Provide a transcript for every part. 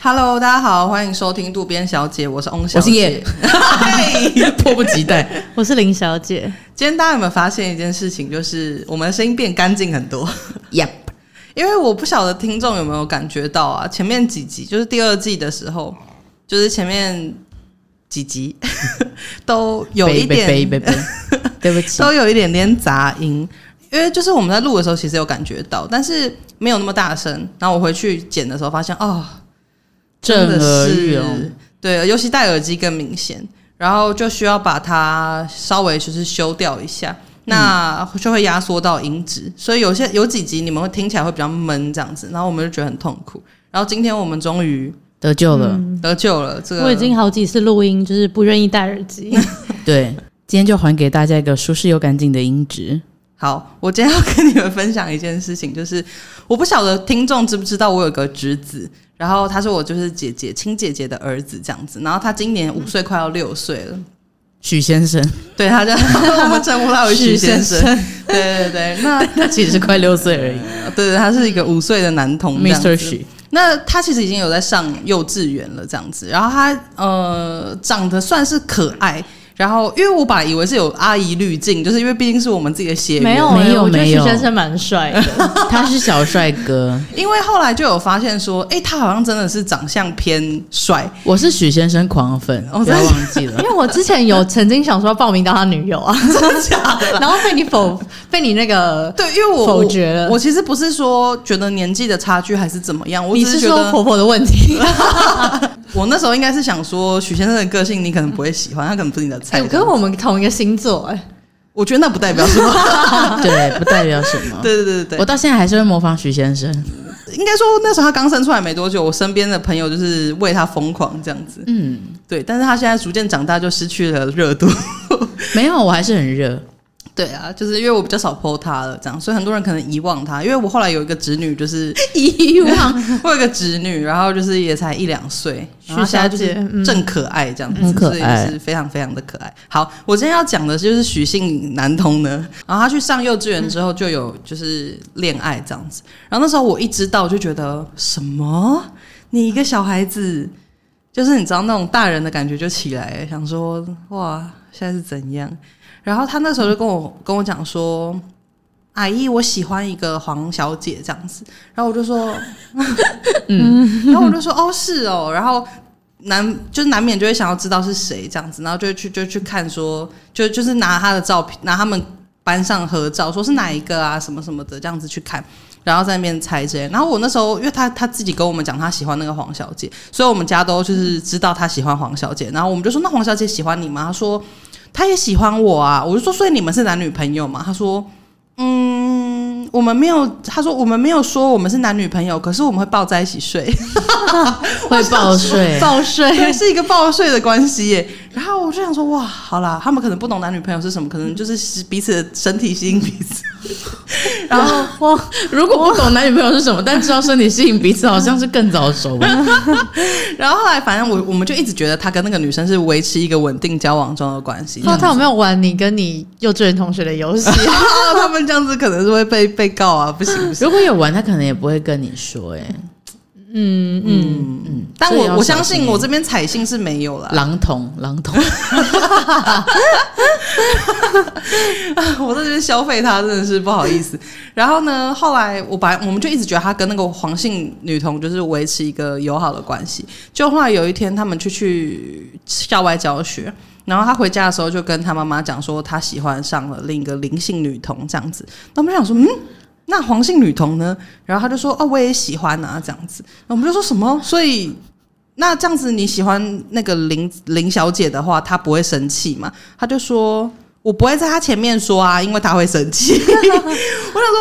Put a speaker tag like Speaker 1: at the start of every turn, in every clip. Speaker 1: Hello，大家好，欢迎收听渡边小姐，我是翁小姐。
Speaker 2: 我 是叶迫不及待。
Speaker 3: 我是林小姐，
Speaker 1: 今天大家有没有发现一件事情，就是我们的声音变干净很多？
Speaker 2: Yep，
Speaker 1: 因为我不晓得听众有没有感觉到啊，前面几集就是第二季的时候，就是前面几集 都有一点
Speaker 2: 背 背背背背对不起，
Speaker 1: 都有一点点杂音，因为就是我们在录的时候其实有感觉到，但是没有那么大声。然后我回去剪的时候发现，哦，真
Speaker 2: 震
Speaker 1: 的
Speaker 2: 耳欲
Speaker 1: 是
Speaker 2: 聋。
Speaker 1: 对，尤其戴耳机更明显，然后就需要把它稍微就是修掉一下，那就会压缩到音质，所以有些有几集你们会听起来会比较闷这样子，然后我们就觉得很痛苦。然后今天我们终于
Speaker 2: 得救了。
Speaker 1: 得救了，
Speaker 2: 啊
Speaker 1: 这个
Speaker 3: 我已经好几次录音，就是不愿意戴耳机。
Speaker 2: 对，今天就还给大家一个舒适又干净的音质。
Speaker 1: 好，我今天要跟你们分享一件事情，就是我不晓得听众知不知道，我有个侄子，然后他说我就是姐姐亲姐姐的儿子这样子，然后他今年五岁，快要六岁了。
Speaker 2: 许先生，
Speaker 1: 对， 他就我们称呼他为徐先生
Speaker 2: 许。
Speaker 1: 对对对，那
Speaker 2: 他其实是快六岁而已。
Speaker 1: 对对，他是一个五岁的男童嗯这样子
Speaker 2: Mr. 许，
Speaker 1: 那他其实已经有在上幼稚园了，这样子。然后他呃长得算是可爱，然后因为我本来以为是有阿姨滤镜，就是因为毕竟是我们自己的血缘
Speaker 3: 没有欸、
Speaker 2: 没有
Speaker 3: 我觉得
Speaker 2: 没有
Speaker 3: 徐先生蛮帅 的，
Speaker 2: 他是小帅哥，
Speaker 1: 因为后来就有发现说，诶，他好像真的是长相偏帅，
Speaker 2: 我是许先生狂粉，
Speaker 1: 哦
Speaker 2: 不要忘记了
Speaker 3: 因。为我之前有曾经想说要报名当他女 友啊，真的假的？ 然后被你否，被你那个，
Speaker 1: 对，因为我
Speaker 3: 否决了
Speaker 1: 我。我其实不是说觉得年纪的差距还是怎么样，我
Speaker 3: 你
Speaker 1: 只是觉
Speaker 3: 是说
Speaker 1: 得
Speaker 3: 婆婆的问 题？
Speaker 1: 我那时候应该是想说，许先生的个性你可能不会喜欢，他可能不是你的菜。
Speaker 3: 哎
Speaker 1: 这
Speaker 3: 可是
Speaker 1: 样
Speaker 3: 我们同一个星座、 哎，
Speaker 1: 我觉得那不代表什么。
Speaker 2: 对，不代表什么。
Speaker 1: 对对对
Speaker 2: 我
Speaker 1: 对
Speaker 2: 到现在还是会模仿许先生。
Speaker 1: 对，应该说那时候他刚生出来没多久，我身边的朋友就是为他疯狂这样子。
Speaker 2: 嗯，
Speaker 1: 对，但是他现在逐渐长大，就失去了热度。
Speaker 2: 没有，我还是很热。
Speaker 1: 对啊，就是因为我比较少 PO 他了，这样，所以很多人可能遗忘他。因为我后来有一个侄女，就是
Speaker 3: 遗 忘，
Speaker 1: 我有一个侄女，然后就是也才一两岁，
Speaker 3: 徐
Speaker 1: 然后现在就
Speaker 3: 小姐
Speaker 1: 是正可爱这样子，
Speaker 2: 嗯很可
Speaker 1: 所以
Speaker 2: 爱
Speaker 1: 是非常非常的可爱。好，我今天要讲的就是许姓男童呢，然后他去上幼稚园之后就有就是恋爱这样子，然后那时候我一知道我就觉得什么，你一个小孩子，就是你知道那种大人的感觉就起来了，想说哇现在是怎样？然后他那时候就跟我跟我讲说。阿姨，我喜欢一个黄小姐这样子，然后我就说，
Speaker 2: 嗯
Speaker 1: 然后我就说哦是哦，然后难就是难免就会想要知道是谁这样子，然后就会去就去看说，就就是拿他的照片，拿他们班上合照，说是哪一个啊什么什么的这样子去看。然后在那边猜这些，然后我那时候因为他他自己跟我们讲他喜欢那个黄小姐，所以我们家都就是知道他喜欢黄小姐，然后我们就说那黄小姐喜欢你吗？他说他也喜欢我啊，我就说所以你们是男女朋友吗？他说嗯我们没有，他说我们没有说我们是男女朋友，可是我们会抱在一起睡。
Speaker 2: 会报税，
Speaker 3: 报税，
Speaker 1: 对，是一个报税的关系耶。然后我就想说，哇，好啦，他们可能不懂男女朋友是什么，可能就是彼此的身体吸引彼此。 然后
Speaker 3: 我
Speaker 2: 如果不懂男女朋友是什么，但知道身体吸引彼此，好像是更早熟吧。
Speaker 1: 然后后来，反正我我们就一直觉得他跟那个女生是维持一个稳定交往中的关 系。哦
Speaker 3: 不知道他有没有玩你跟你幼稚园同学的游 戏？
Speaker 1: 然后他们这样子可能是会被被告啊，不行不行。
Speaker 2: 如果有玩，他可能也不会跟你说、欸。
Speaker 3: 嗯嗯，
Speaker 2: 嗯，
Speaker 1: 但
Speaker 2: 所以要
Speaker 1: 我我
Speaker 2: 小
Speaker 1: 相
Speaker 2: 心
Speaker 1: 信我这边采信是没有啦，
Speaker 2: 狼童，狼童，
Speaker 1: 我在这边消费他真的是不好意思。然后呢，后来我把我们就一直觉得他跟那个黄姓女童就是维持一个友好的关系。就后来有一天他们去去校外教学，然后他回家的时候就跟他妈妈讲说他喜欢上了另一个林姓女童这样子。那我们就想说，嗯。那黄姓女童呢？然后他就说：“哦，我也喜欢啊，这样子。”那我们就说什么？所以那这样子你喜欢那个林林小姐的话，她不会生气嘛？她就说：“我不会在她前面说啊，因为她会生气。” 我想说，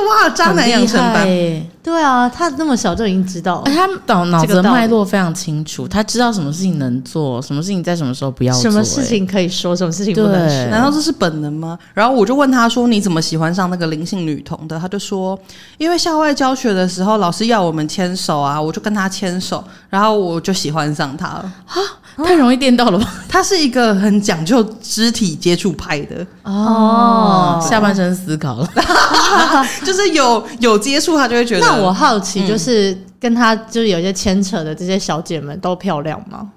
Speaker 1: 哇，渣男养成
Speaker 2: 很厉害
Speaker 1: 班，
Speaker 2: 欸
Speaker 3: 对啊，他那么小就已经知道了
Speaker 2: 而且他脑脑
Speaker 3: 哦这
Speaker 2: 子
Speaker 3: 个
Speaker 2: 的
Speaker 3: 道理
Speaker 2: 脉络非常清楚，他知道什么事情能做，什么事情在什么时候不要做、
Speaker 3: 什么事
Speaker 2: 欸？
Speaker 3: 情可以说，什么事情不能
Speaker 2: 对
Speaker 3: 说。
Speaker 1: 难道这是本能吗？然后我就问他说：“你怎么喜欢上那个林姓女童的？”他就说：“因为校外教学的时候，老师要我们牵手啊，我就跟她牵手，然后我就喜欢上她了。
Speaker 2: 太容易电到了吧？
Speaker 1: 她是一个很讲究肢体接触派的，
Speaker 3: 哦
Speaker 2: 下半身思考了，
Speaker 1: 就是有有接触，她就会觉得
Speaker 3: 嗯那我好奇，就是跟他就是有一些牵扯的这些小姐们都漂亮吗？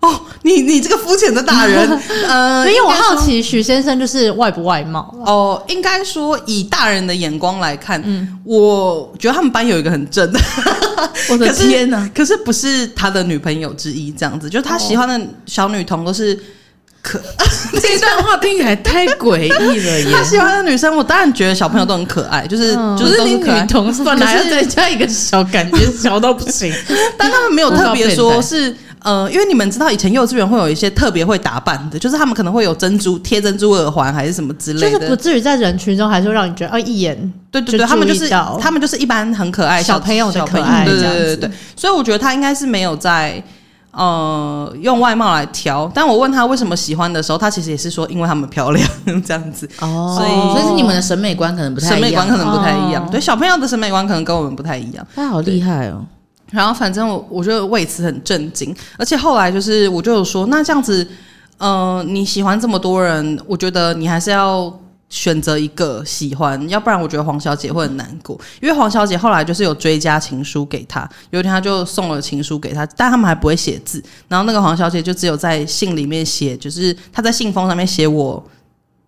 Speaker 1: 哦，你你这个肤浅的大 人，呃，
Speaker 3: 因为我
Speaker 1: 应该
Speaker 3: 好
Speaker 1: 说
Speaker 3: 奇许先生就是外不外貌啦
Speaker 1: 哦，应该说以大人的眼光来看，
Speaker 3: 嗯
Speaker 1: 我觉得他们班有一个很正 的，
Speaker 2: 我的
Speaker 1: 可是
Speaker 2: 天
Speaker 3: 啊
Speaker 2: 哪！
Speaker 1: 可是不是他的女朋友之一，这样子，就是他喜欢的小女童都是可，
Speaker 3: 哎
Speaker 2: 这段话听起来太诡异了耶
Speaker 1: 他！喜欢的女生，我当然觉得小朋友都很可爱，就是、
Speaker 3: 嗯
Speaker 1: 就是都是可爱，
Speaker 2: 同算
Speaker 3: 可
Speaker 2: 了，
Speaker 3: 是
Speaker 2: 还要再加一个小，感觉小到不行。
Speaker 1: 但他们没有特别
Speaker 2: 不知
Speaker 1: 说
Speaker 2: 道
Speaker 1: 是。呃，因为你们知道以前幼稚园会有一些特别会打扮的，就是他们可能会有珍珠贴珍珠耳环还是什么之
Speaker 3: 就
Speaker 1: 类
Speaker 3: 是
Speaker 1: 的，
Speaker 3: 不至于在人群中还是会让你觉得哦一眼
Speaker 1: 对对
Speaker 3: 就
Speaker 1: 对，他们
Speaker 3: 注
Speaker 1: 就
Speaker 3: 意
Speaker 1: 是
Speaker 3: 到
Speaker 1: 他们就是一般很可爱
Speaker 3: 小朋友的
Speaker 1: 小
Speaker 3: 可爱
Speaker 1: 对
Speaker 3: 这
Speaker 1: 对
Speaker 3: 样
Speaker 1: 对对对。所以我觉得他应该是没有在呃用外貌来挑，但我问他为什么喜欢的时候，他其实也是说因为他们漂亮 这样子，
Speaker 2: 哦
Speaker 1: 所以
Speaker 2: 所以是你们的审美观可能不太
Speaker 1: 审
Speaker 2: 一
Speaker 1: 美观可
Speaker 2: 样。
Speaker 1: 能不太一样。
Speaker 3: 哦
Speaker 1: 对小朋友的审美观可能跟我们不太一样。
Speaker 2: 他好厉害哦！
Speaker 1: 然后反正我我就为此很震惊，而且后来就是我就有说，那这样子，呃，你喜欢这么多人，我觉得你还是要选择一个喜欢，要不然我觉得黄小姐会很难过，因为黄小姐后来就是有追加情书给她，有一天她就送了情书给她，但他们还不会写字，然后那个黄小姐就只有在信里面写，就是她在信封上面写我。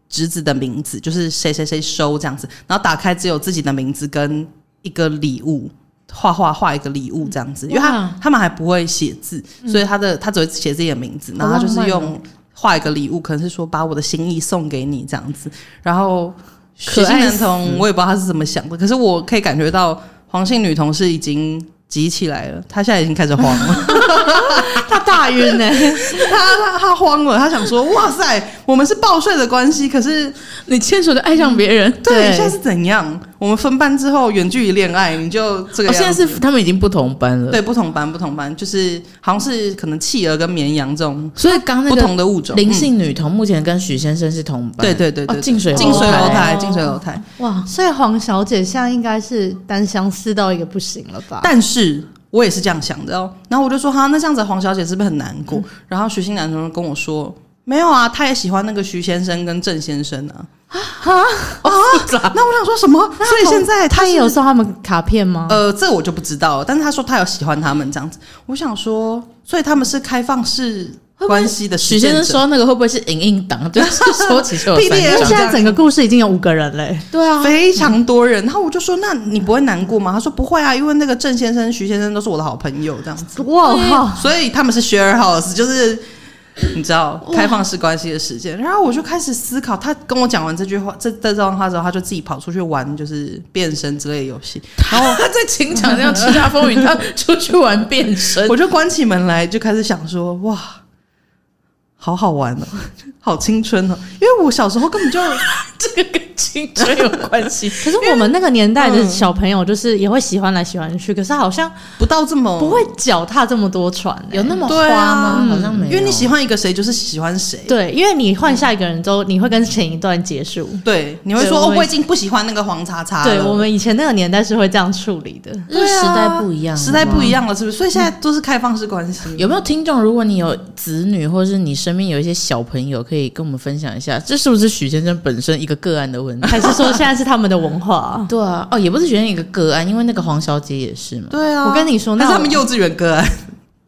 Speaker 1: 侄子的名字就是谁谁谁收这样子，然后打开只有自己的名字跟一个礼物，画画画一个礼物这样子，因为他
Speaker 3: 哇
Speaker 1: 他们还不会写字，所以他的他只会写自己的名字，然后他就
Speaker 3: 好
Speaker 1: 是
Speaker 3: 浪漫哦
Speaker 1: 用画一个礼物，可能是说把我的心意送给你这样子。然后
Speaker 2: 可
Speaker 1: 许
Speaker 2: 爱
Speaker 1: 姓男
Speaker 2: 死
Speaker 1: 童，我也不知道他是怎么想的，可是我可以感觉到黄姓女同是已经急起来了，她现在已经开始慌 了，
Speaker 3: 他大晕呢、
Speaker 1: 她她她慌了，她想说哇塞，我们是报税的关系，可是
Speaker 2: 你牵手就爱上别人，
Speaker 1: 对，
Speaker 3: 对
Speaker 1: 现在是怎样？我们分班之后远距离恋爱，你就这个
Speaker 2: 哦，
Speaker 1: 样
Speaker 2: 现
Speaker 1: 子。
Speaker 2: 在是他们已经不同班了。
Speaker 1: 对不同班，不同班，就是好像是可能企鹅跟绵羊这种
Speaker 2: 所以刚刚那
Speaker 1: 不
Speaker 2: 个
Speaker 1: 同的物种。
Speaker 2: 灵
Speaker 1: 嗯
Speaker 2: 性女童目前跟许先生是同班，
Speaker 1: 对对对对
Speaker 2: 哦
Speaker 1: 对
Speaker 2: 近水
Speaker 1: 近水楼
Speaker 2: 楼
Speaker 1: 台，
Speaker 3: 哦
Speaker 1: 近水楼台。
Speaker 3: 哇！所以黄小姐现在应该是单相思到一个不行了吧？
Speaker 1: 但是我也是这样想的哦。然后我就说哈，那这样子黄小姐是不是很难
Speaker 2: 嗯
Speaker 1: 过？然后徐新南同跟我说。没有啊，她也喜欢那个徐先生跟郑先生啊。 哦
Speaker 2: 啊，
Speaker 1: 那我想说什么？所以现在她
Speaker 3: 她
Speaker 1: 是
Speaker 3: 也有送他们卡片吗？
Speaker 1: 呃，这我就不知道了。但是她说她有喜欢他们这样子。我想说，所以他们是开放式
Speaker 2: 会不会
Speaker 1: 关系的
Speaker 2: 许
Speaker 1: 实践
Speaker 2: 先生
Speaker 1: 者
Speaker 2: 说啊那个会不会是影印档？就是收起 就有
Speaker 1: PDF
Speaker 2: 三
Speaker 3: 因为
Speaker 2: 张
Speaker 3: 现。在整个故事已经有五个人嘞、
Speaker 2: 对啊，
Speaker 1: 非常多人，然后我就说：“那你不会难过吗？”他说：“不会啊，因为那个郑先生、徐先生都是我的好朋友，这样子，
Speaker 3: 哇靠！
Speaker 1: 所以他们是 share house，就是你知道开放式关系的时间。”然后我就开始思考，他跟我讲完这句话、这这段话之后，他就自己跑出去玩，就是变身之类的游戏。然后
Speaker 2: 他在情场这样叱咤风云，他出去玩变 身，
Speaker 1: 我就关起门来，就开始想说：“哇，好好玩哦，好青春哦！”因为我小时候根本就
Speaker 2: 这个跟青春有关系。
Speaker 3: 可是我们那个年代
Speaker 1: 嗯
Speaker 3: 的小朋友，就是也会喜欢来喜欢去，可是好像
Speaker 1: 不到这么
Speaker 3: 不会脚踏这么多船欸、
Speaker 2: 有那么花
Speaker 1: 对啊
Speaker 2: 吗？好像没有，
Speaker 1: 因为你喜欢一个谁就是喜欢谁。
Speaker 3: 对，因为你换下一个人之后，你会跟前一段结束。
Speaker 1: 对，你会
Speaker 3: 对
Speaker 1: 说
Speaker 3: 我
Speaker 1: 哦，
Speaker 3: 们
Speaker 1: 我已经不喜欢那个黄叉叉了。
Speaker 3: 对我们以前那个年代是会这样处理的。
Speaker 2: 就是时代不一样，
Speaker 1: 啊时代不一
Speaker 2: 样。
Speaker 3: 嗯
Speaker 1: 样了，是不是？所以现在都是开放式关系。
Speaker 2: 有没有听众？如果你有子女，或是你身边有一些小朋友，可以跟我们分享一下，这是不是许先生本身一个个案的问 题？？
Speaker 3: 还是说现在是他们的文化啊
Speaker 2: 对啊，哦，也不是许先生一个个案，因为那个黄小姐也是 嘛。
Speaker 1: 对啊，
Speaker 3: 我跟你说，
Speaker 1: 那
Speaker 3: 那
Speaker 1: 是
Speaker 3: 我
Speaker 1: 他们幼稚园歌啊。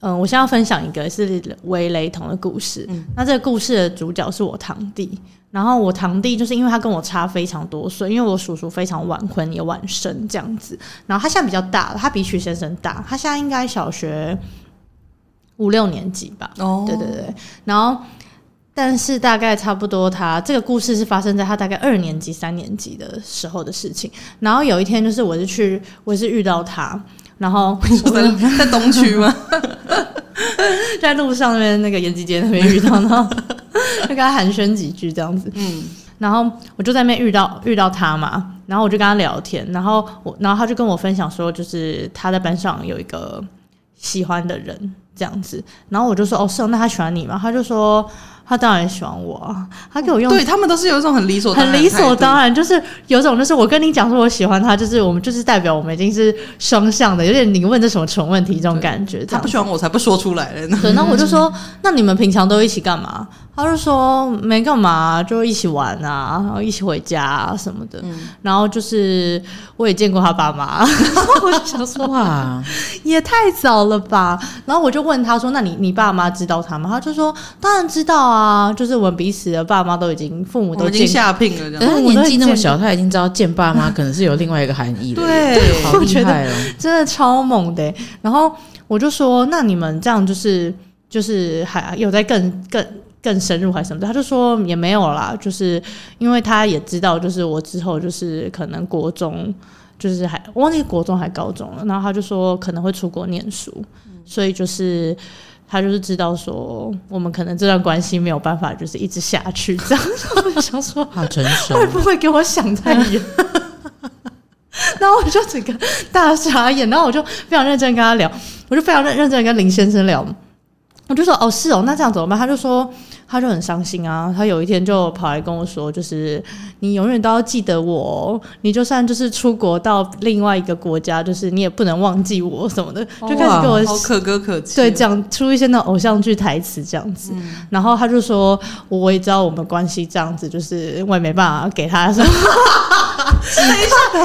Speaker 3: 嗯，我现在要分享一个是为雷同的故事。那这个故事的主角是我堂弟，然后我堂弟就是因为他跟我差非常多岁，因为我叔叔非常晚婚也晚生这样子，然后他现在比较大了，他比许先生大，他现在应该小学五六年级吧。
Speaker 1: 哦
Speaker 3: 对对对，然后但是大概差不多他，这个故事是发生在他大概二年级、三年级的时候的事情。然后有一天，就是我是去，我是遇到他，然后
Speaker 1: 你说 在在东区吗？
Speaker 3: 在路上那边那个延吉街那边遇到，然后 就跟他寒暄几句这样子。
Speaker 1: 嗯，
Speaker 3: 然后我就在那边遇到遇到他嘛，然后我就跟他聊天，然后我然后他就跟我分享说，就是他在班上有一个喜欢的人这样子，然后我就说哦是哦，那他喜欢你吗？他就说他当然喜欢我啊，他给我用
Speaker 1: 对他们都是有一种很理所当
Speaker 3: 很
Speaker 1: 然
Speaker 3: 理所当
Speaker 1: 然
Speaker 3: 然，就是有种就是我跟你讲说我喜欢他，就是我们就是代表我们已经是双向的，有点你问这什么蠢问题这种感觉，
Speaker 1: 的态度，
Speaker 3: 这
Speaker 1: 他
Speaker 3: 样
Speaker 1: 不。喜欢我才不说出来嘞。
Speaker 3: 对，那我
Speaker 1: 嗯
Speaker 3: 就说，那你们平常都一起干嘛？他就说没干嘛，就一起玩啊，然后一起回家啊什么
Speaker 1: 嗯
Speaker 3: 的。然后就是我也见过他爸妈， 我就想说
Speaker 1: 啊
Speaker 2: 哇，
Speaker 3: 也太早了吧？然后我就问他说：“那你你爸妈知道他吗？”他就说：“当然知道啊，就是我们彼此的爸妈都已经父母
Speaker 1: 我
Speaker 3: 都
Speaker 1: 们已
Speaker 3: 见
Speaker 1: 经下聘了，这
Speaker 2: 但
Speaker 1: 样
Speaker 2: 是年纪那么小，他已经知道见 爸妈可能是有另外一个含义了。
Speaker 1: 对啊
Speaker 2: 好
Speaker 3: 我
Speaker 2: 厉
Speaker 3: 觉得
Speaker 2: 害哦！
Speaker 3: 真的超猛的欸、然后我就说：“那你们这样就是就是还有在更更。”更深入还是什么的？他就说也没有啦，就是因为他也知道，就是我之后就是可能国中，就是还我忘记国中还高中了，然后他就说可能会出国念书，所以就是他就是知道说我们可能这段关系没有办法就是一直下去这样， 我就想说
Speaker 2: 好成熟，
Speaker 3: 会不会给我想太远？ 然后我就整个大傻眼，然后我就非常认真跟他聊，我就非常认认真地跟林先生聊，我就说哦是哦，那这样怎么办？他就说他就很伤心啊，他有一天就跑来跟我说，就是你永远都要记得我、哦，你就算就是出国到另外一个国家，就是你也不能忘记我什么的，就开始给我
Speaker 1: 哇好可歌可泣，
Speaker 3: 对，讲出一些那种偶像剧台词这样子，然后他就说，我也知道我们关系这样子，就是我也没办法给他什么，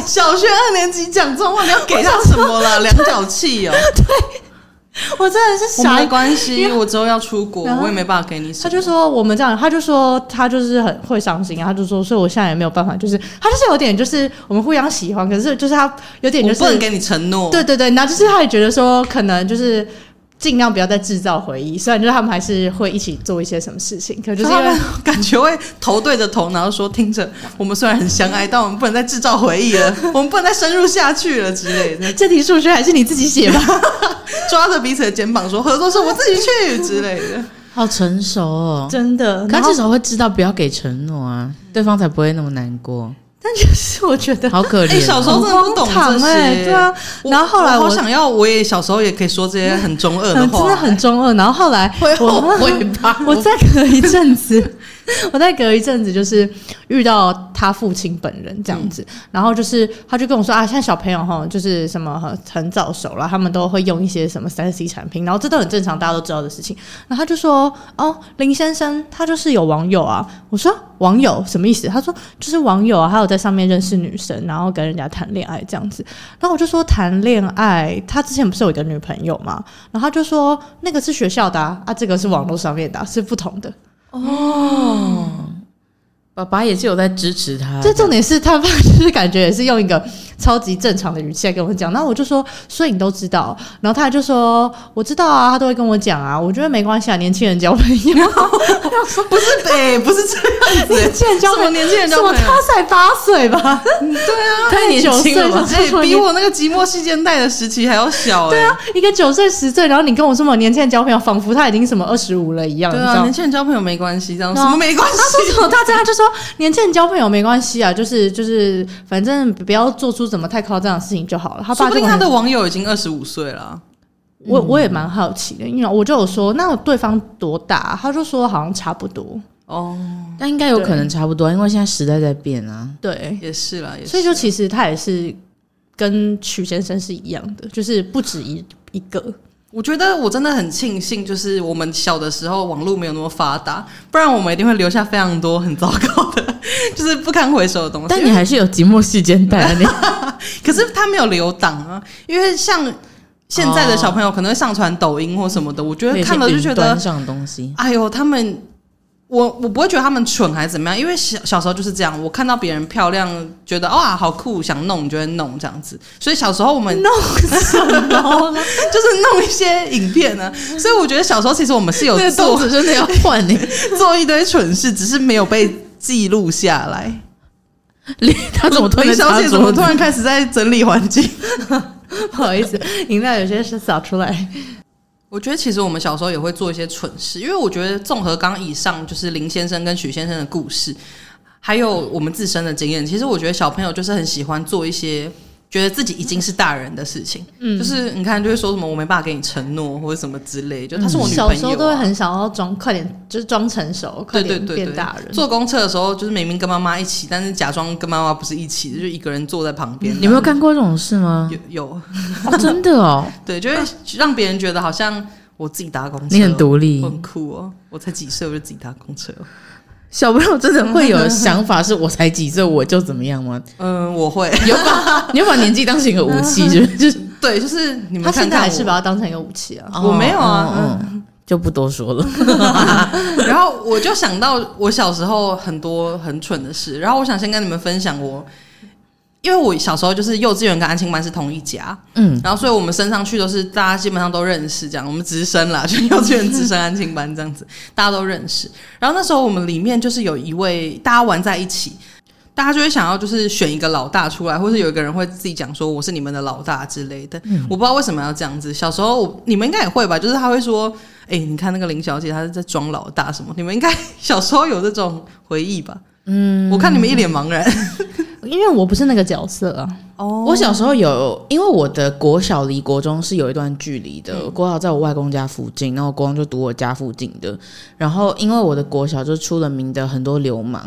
Speaker 1: 小学二年级讲中文，你要给他什么啦？两脚气 哦，
Speaker 3: 我真的是
Speaker 1: 我
Speaker 3: 傻
Speaker 1: 没
Speaker 3: 眼。
Speaker 1: 关系，我之后要出国，
Speaker 3: 然后
Speaker 1: 我也没办法给你什
Speaker 3: 他
Speaker 1: 么。
Speaker 3: 就说我们这样，他就说他就是很会伤心啊，他就说，所以我现在也没有办法，就是他就是有点就是我们互相喜欢，可是就是他有点就
Speaker 1: 我
Speaker 3: 是
Speaker 1: 不能给你承诺，
Speaker 3: 对对对，然后就是他也觉得说，可能就是尽量不要再制造回忆，虽然就是他们还是会一起做一些什么事情，可就
Speaker 1: 就是是
Speaker 3: 因
Speaker 1: 他
Speaker 3: 为
Speaker 1: 们感觉会头对着头，然后说：“听着，我们虽然很相爱，但我们不能再制造回忆了，我们不能再深入下去了之类的。
Speaker 3: 这题数学还是你自己写吧。”
Speaker 1: 抓着彼此的肩膀说：“合作社，我自己去之类的。
Speaker 2: 好成熟哦。
Speaker 3: 真的，
Speaker 2: 他
Speaker 3: 然后
Speaker 2: 至少会知道不要给承诺啊，对方才不会那么难过。
Speaker 3: 但就是我觉得
Speaker 2: 好可
Speaker 1: 哎
Speaker 2: 怜
Speaker 1: 小时
Speaker 2: 哦，
Speaker 1: 候真的不懂
Speaker 3: 很荒唐
Speaker 1: 这些
Speaker 3: 欸对啊。
Speaker 1: 我”
Speaker 3: 然后后来
Speaker 1: 我
Speaker 3: 我
Speaker 1: 好想要，我也小时候也可以说这些很中二的
Speaker 3: 嗯
Speaker 1: 话，
Speaker 3: 真的很中二。然后后来
Speaker 2: 会
Speaker 3: 我
Speaker 2: 后悔吧
Speaker 3: 我再隔一阵子， 我再隔一阵子就是遇到他父亲本人这样子，然后就是他就跟我说啊，现在小朋友哈，就是什么很很早熟了，他们都会用一些什么三 C 产品，然后这都很正常，大家都知道的事情。然后他就说哦，林先生他就是有网友啊，我说网友什么意思？他说就是网友啊，他有在上面认识女生，然后跟人家谈恋爱这样子。然后我就说谈恋爱，他之前不是有一个女朋友吗？然后他就说那个是学校的啊，啊这个是网络上面的啊、是不同的。
Speaker 2: 爸爸也是有在支持他的。
Speaker 3: 这重点是他爸就是感觉也是用一个超级正常的语气来跟我讲，然后我就说，所以你都知道，然后他就说我知道啊，他都会跟我讲啊，我觉得没关系啊，年轻人交朋友，
Speaker 1: 不是哎、 不是这样子、
Speaker 3: 年轻人交
Speaker 1: 什
Speaker 3: 朋
Speaker 1: 么
Speaker 3: 友，嗯
Speaker 1: 年轻人交
Speaker 3: 什么
Speaker 1: 朋友
Speaker 3: 他才八岁吧，
Speaker 1: 对 啊，
Speaker 2: 太年轻了吧
Speaker 3: 19岁
Speaker 1: 哎、
Speaker 3: 就
Speaker 1: 比我那个寂寞细肩带的时期还要小哎、
Speaker 3: 对啊， 一个九岁十岁，然后你跟我说我年轻人交朋友，仿佛他已经什么二十五了一样，
Speaker 1: 对
Speaker 3: 你知
Speaker 1: 啊，
Speaker 3: 道
Speaker 1: 年
Speaker 3: 吗？
Speaker 1: 轻人交朋友没关系，这样
Speaker 3: 对
Speaker 1: 哦什
Speaker 3: 啊
Speaker 1: 么没关
Speaker 3: 他说
Speaker 1: 系？
Speaker 3: 什么大家就说年轻人交朋友没关系啊，就是就是，反正不要做出什么太夸张的事情就好了。他
Speaker 1: 说
Speaker 3: 爸
Speaker 1: 不
Speaker 3: 就
Speaker 1: 定
Speaker 3: 跟
Speaker 1: 他
Speaker 3: 我
Speaker 1: 的网友已经二十五岁了，
Speaker 3: 我我也蛮好奇的，因为我就有说，那对方多大？他就说好像差不多，
Speaker 1: 哦，
Speaker 2: 但应该有可能差不多，因为现在时代在变啊。
Speaker 3: 对，
Speaker 1: 也是啦，也是。
Speaker 3: 所以就其实他也是跟曲先生是一样的，就是不止一一 个，
Speaker 1: 我觉得我真的很庆幸，就是我们小的时候网络没有那么发达，不然我们一定会留下非常多很糟糕的， 就是不堪回首的东西。
Speaker 2: 但你还是有寂寞细肩带 啊，你
Speaker 1: 可是他没有留档啊，因为像现在的小朋友可能会上传抖音或什么的，我觉得看了就觉
Speaker 2: 有一些云端
Speaker 1: 得，
Speaker 2: 上的东西，
Speaker 1: 哎呦，他们。我我不会觉得他们蠢还是怎么样，因为小小时候就是这样，我看到别人漂亮，觉得哇好酷，想弄就会弄这样子。所以小时候我们
Speaker 3: 然 后呢，
Speaker 1: 就是弄一些影片呢、所以我觉得小时候其实我们是 有
Speaker 2: 那个
Speaker 1: 做
Speaker 2: 豆子真的要换你，
Speaker 1: 做一堆蠢事，只是没有被记录下来。
Speaker 2: 林 他怎么突然
Speaker 1: 林小
Speaker 2: 插
Speaker 1: 姐怎么突
Speaker 2: 桌子？
Speaker 1: 然开始在整理环境？
Speaker 3: 不好意思，饮料有些是洒出来，
Speaker 1: 我觉得其实我们小时候也会做一些蠢事，因为我觉得综合刚刚以上就是林先生跟许先生的故事，还有我们自身的经验，其实我觉得小朋友就是很喜欢做一些。觉得自己已经是大人的事情。嗯，就是你看，就会说什么我没办法给你承诺或者什么之类，就她是我女朋友、
Speaker 3: 嗯小
Speaker 1: 啊。
Speaker 3: 时候都会很想要装，快点就是装成熟，快
Speaker 1: 对对
Speaker 3: 点
Speaker 1: 对
Speaker 3: 变
Speaker 1: 对
Speaker 3: 大人。
Speaker 1: 坐公车的时候，就是明明跟妈妈一起，但是假装跟妈妈不是一起，就一个人坐在旁
Speaker 3: 嗯
Speaker 1: 边。
Speaker 2: 你有没有干过这种事吗？
Speaker 1: 有有
Speaker 2: 哦真的哦，
Speaker 1: 对，就会让别人觉得好像我自己搭公车，
Speaker 2: 你很独立
Speaker 3: 嗯
Speaker 1: 我。很酷哦！我才几岁我就自己搭公车。
Speaker 2: 小朋友真的会有想法，是我才几岁我就怎么样吗？
Speaker 1: 嗯，我会。
Speaker 2: 你有把你有把年纪当成一个武器，是不是？就是
Speaker 1: 对，就是你们
Speaker 3: 他
Speaker 1: 看
Speaker 3: 现在
Speaker 1: 看
Speaker 3: 还是
Speaker 1: 我
Speaker 3: 把它当成一个武器啊。
Speaker 1: 我没有啊
Speaker 2: 哦哦哦就不多说了。
Speaker 1: 然后我就想到我小时候很多很蠢的事，然后我想先跟你们分享我，因为我小时候就是幼稚园跟安亲班是同一家，
Speaker 2: 嗯，
Speaker 1: 然后所以我们升上去都是大家基本上都认识，这样我们直升啦，就幼稚园直升安亲班这样子，大家都认识。然后那时候我们里面就是有一位大家玩在一起。大家就会想要就是选一个老大出来，或是有一个人会自己讲说我是你们的老大之类的。我不知道为什么要这样子。小时候我你们应该也会吧，就是他会说，哎、你看那个林小姐她是在装老大什么？你们应该 小时候有这种回忆吧？嗯，我看你们一脸茫然。
Speaker 3: 因为我不是那个角色啊，
Speaker 1: 哦
Speaker 2: 我小时候有，因为我的国小离国中是有一段距离
Speaker 1: 嗯
Speaker 2: 的，国小在我外公家附近，然后我国中就读我家附近的。然后因为我的国小就出了名的很多流氓，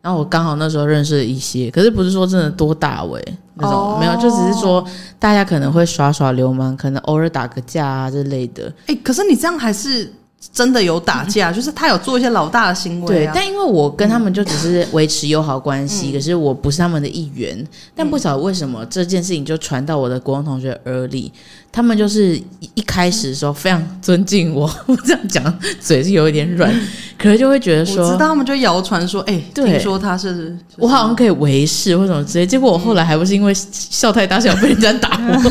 Speaker 2: 然后我刚好那时候认识了一些，可是不是说真的多大位那种，
Speaker 1: 哦
Speaker 2: 没有，就只是说大家可能会耍耍流氓，可能偶尔打个架啊之类的。
Speaker 1: 哎、可是你这样还是真的有打架，就是他有做一些老大的行为、
Speaker 2: 对
Speaker 1: 啊。，嗯
Speaker 2: 但因为我跟他们就只是维持友好关系，可是我不是他们的一员。但不晓得为什么这件事情就传到我的国中同学耳里，他们就是一一开始的时候非常尊敬我， 我这样讲嘴是有一点软，可是就会觉得
Speaker 1: 嗯我知
Speaker 2: 说。
Speaker 1: 道他们就谣传说，哎、
Speaker 2: 对
Speaker 1: 听说他是，就是
Speaker 2: 我好像可以维持或什么之类，结果我后来还不是因为笑太大声被人家打我，